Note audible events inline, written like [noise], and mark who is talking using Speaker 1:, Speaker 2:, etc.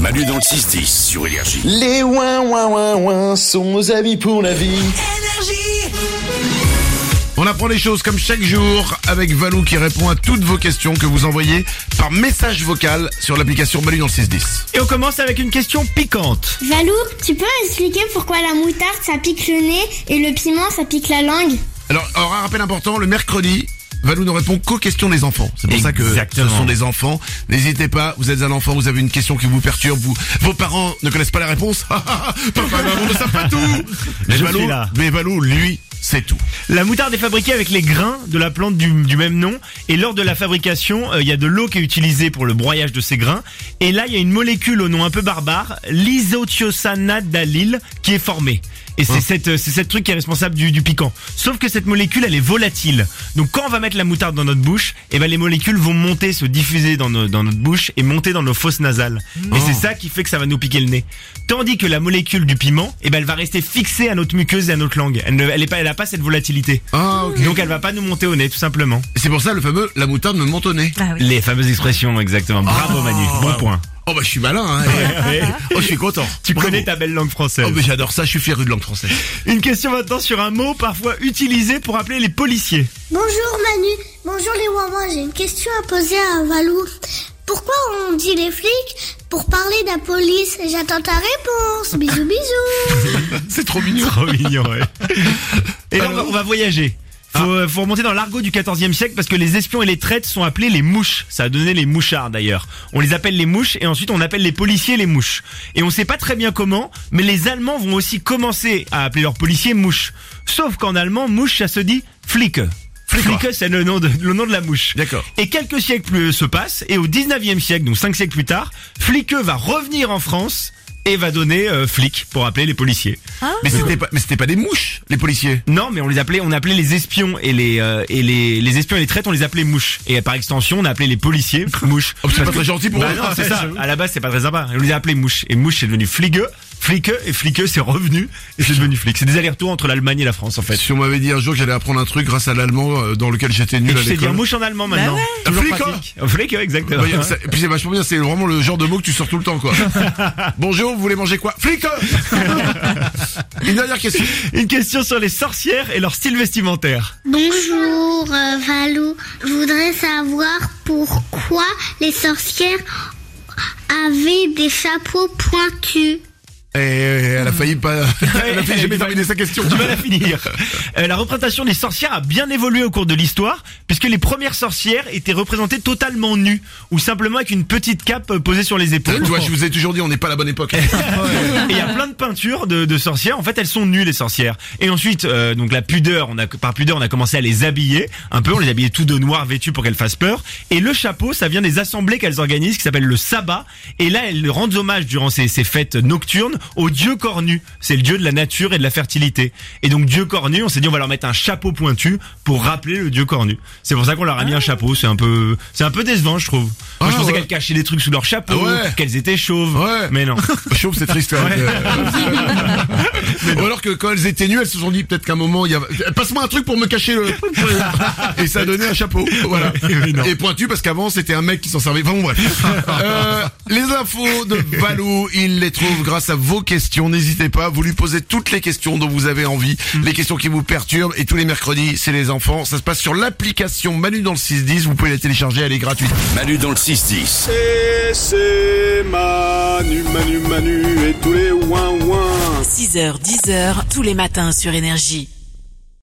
Speaker 1: Manu dans le 6-10 sur Énergie.
Speaker 2: Les ouin ouin ouin ouin sont nos amis pour la vie.
Speaker 3: On apprend les choses comme chaque jour avec Valou qui répond à toutes vos questions que vous envoyez par message vocal sur l'application Malu dans le 610.
Speaker 4: Et on commence avec une question piquante.
Speaker 5: Valou, tu peux expliquer pourquoi la moutarde ça pique le nez et le piment ça pique la langue
Speaker 3: Alors, alors, un rappel important, le mercredi, Valou ne répond qu'aux questions des enfants. C'est pour ça que ce
Speaker 4: Exactement.
Speaker 3: sont des enfants. N'hésitez pas, vous êtes un enfant, vous avez une question qui vous perturbe, vous, vos parents ne connaissent pas la réponse. [laughs] Ah, Papa, maman ne savent pas tout. Mais
Speaker 4: [laughs] Je
Speaker 3: Valou,
Speaker 4: suis là.
Speaker 3: mais Valou, lui, c'est tout.
Speaker 4: La moutarde est fabriquée avec les grains de la plante du, du même nom et lors de la fabrication, euh, il y a de l'eau qui est utilisée pour le broyage de ces grains et là il y a une molécule au nom un peu barbare, l'isothiocyanadalyle qui est formée. Et c'est cette euh, c'est cette truc qui est responsable du, du piquant. Sauf que cette molécule elle est volatile. Donc quand on va mettre la moutarde dans notre bouche, eh ben les molécules vont monter, se diffuser dans, nos- dans notre bouche et monter dans nos fosses nasales. Et c'est ça qui fait que ça va nous piquer le nez. Tandis que la molécule du piment, eh ben elle va rester fixée à notre muqueuse et à notre langue. Elle ne, elle est pas, elle a pas cette volatilité.
Speaker 3: Ah, ok.
Speaker 4: Donc elle va pas nous monter au nez tout simplement.
Speaker 3: C'est pour ça le fameux, la moutarde me monte au nez.
Speaker 4: Les fameuses expressions exactement. Ah, Bravo Manu, bon point.
Speaker 3: Oh bah je suis malin, hein.
Speaker 4: [laughs]
Speaker 3: oh je suis [laughs] content.
Speaker 4: Tu
Speaker 3: Bravo.
Speaker 4: connais ta belle langue française.
Speaker 3: Oh mais j'adore ça, je suis fier de langue française.
Speaker 4: Une question maintenant sur un mot parfois utilisé pour appeler les policiers.
Speaker 5: Bonjour Manu, bonjour les Wawa, j'ai une question à poser à Valou. Pourquoi on dit les flics pour parler de la police J'attends ta réponse, [laughs] bisous bisous
Speaker 4: [laughs]
Speaker 3: C'est trop mignon.
Speaker 4: Trop mignon, ouais. Et là, on va, on va voyager. Faut, euh, faut remonter dans l'argot du 14e siècle parce que les espions et les traites sont appelés les mouches. Ça a donné les mouchards d'ailleurs. On les appelle les mouches et ensuite on appelle les policiers les mouches. Et on sait pas très bien comment, mais les Allemands vont aussi commencer à appeler leurs policiers mouches. Sauf qu'en allemand, mouche ça se dit flic.
Speaker 3: Flic.
Speaker 4: Flic, c'est le nom de, le nom de la mouche.
Speaker 3: D'accord.
Speaker 4: Et quelques siècles plus- se passent, et au 19e siècle, donc 5 siècles plus tard, Fliqueux va revenir en France et va donner euh, flic pour appeler les policiers.
Speaker 3: Mais c'était pas, mais c'était pas des mouches, les policiers.
Speaker 4: Non, mais on les appelait, on appelait les espions et les euh, et les, les espions et les traites, on les appelait mouches. Et par extension, on a appelé
Speaker 3: [laughs]
Speaker 4: les policiers mouches.
Speaker 3: Oh, c'est pas très gentil pour
Speaker 4: Bah
Speaker 3: eux.
Speaker 4: non, c'est ça. À la base, c'est pas très sympa. On les a appelés mouches. Et mouche, c'est devenu fliqueux, fliqueux et fliqueux, c'est revenu et c'est devenu flic. C'est des allers-retours entre l'Allemagne et la France, en fait.
Speaker 3: Si on m'avait dit un jour que j'allais apprendre un truc grâce à l'allemand euh, dans lequel j'étais
Speaker 4: Et
Speaker 3: nul à
Speaker 4: tu sais dire
Speaker 3: l'école.
Speaker 4: mouche en allemand maintenant.
Speaker 3: Un
Speaker 4: Toujours
Speaker 3: flic,
Speaker 4: pratique. Un flic, ouais, exactement.
Speaker 3: Bah, y a- ça- et puis c'est vachement bien, c'est vraiment le genre de mot que tu sors tout le temps quoi. [laughs] Bonjour, vous voulez manger quoi [laughs] Flic Une dernière question.
Speaker 4: Une question sur les sorcières et leur style vestimentaire.
Speaker 5: Bonjour euh, Valou, je voudrais savoir pourquoi les sorcières avaient des chapeaux pointus.
Speaker 3: Et Eh, elle a failli pas. [laughs] Elle a failli jamais
Speaker 4: Ouais,
Speaker 3: terminer sa question.
Speaker 4: Du mal à finir. Euh, la représentation des sorcières a bien évolué au cours de l'histoire, puisque les premières sorcières étaient représentées totalement nues, ou simplement avec une petite cape euh, posée sur les épaules.
Speaker 3: Tu vois, je vous ai toujours dit, on n'est pas à la bonne [laughs] époque.
Speaker 4: Et il y a plein de peintures de, de sorcières. En fait, elles sont nues les sorcières. Et ensuite, euh, donc la pudeur, on a par pudeur, on a commencé à les habiller un peu. On les habillait tout de noir, vêtus pour qu'elles fassent peur. Et le chapeau, ça vient des assemblées qu'elles organisent, qui s'appellent le sabbat. Et là, elles rendent hommage durant ces, ces fêtes nocturnes au dieu cornu. C'est le dieu de la nature et de la fertilité. Et donc dieu cornu, on s'est dit on va leur mettre un chapeau pointu pour rappeler le dieu cornu. C'est pour ça qu'on leur a mis un chapeau. C'est un peu, c'est un peu décevant, je trouve. Moi, je
Speaker 3: Ah,
Speaker 4: pensais
Speaker 3: ouais.
Speaker 4: qu'elles cachaient des trucs sous leur chapeau,
Speaker 3: Ah ouais.
Speaker 4: qu'elles étaient chauves.
Speaker 3: Ouais. [laughs]
Speaker 4: Mais non.
Speaker 3: Chauve cette histoire. euh, Ou alors que quand elles étaient nues, elles se sont dit peut-être qu'à un moment, il y a... passe-moi un truc pour me cacher le. Et ça a donné un chapeau. Voilà. Et pointu parce qu'avant c'était un mec qui s'en servait. Enfin bon, bref. Euh, les infos de Valou, il les trouve grâce à vos questions. N'hésitez pas, vous lui posez toutes les questions dont vous avez envie, les questions qui vous perturbent. Et tous les mercredis, c'est les enfants. Ça se passe sur l'application Manu dans le 610. Vous pouvez la télécharger, elle est gratuite.
Speaker 1: Manu dans le 6-10.
Speaker 6: Et c'est Manu, Manu, Manu et tous les ouin ouin.
Speaker 7: 6h, 10h, tous les matins sur Énergie.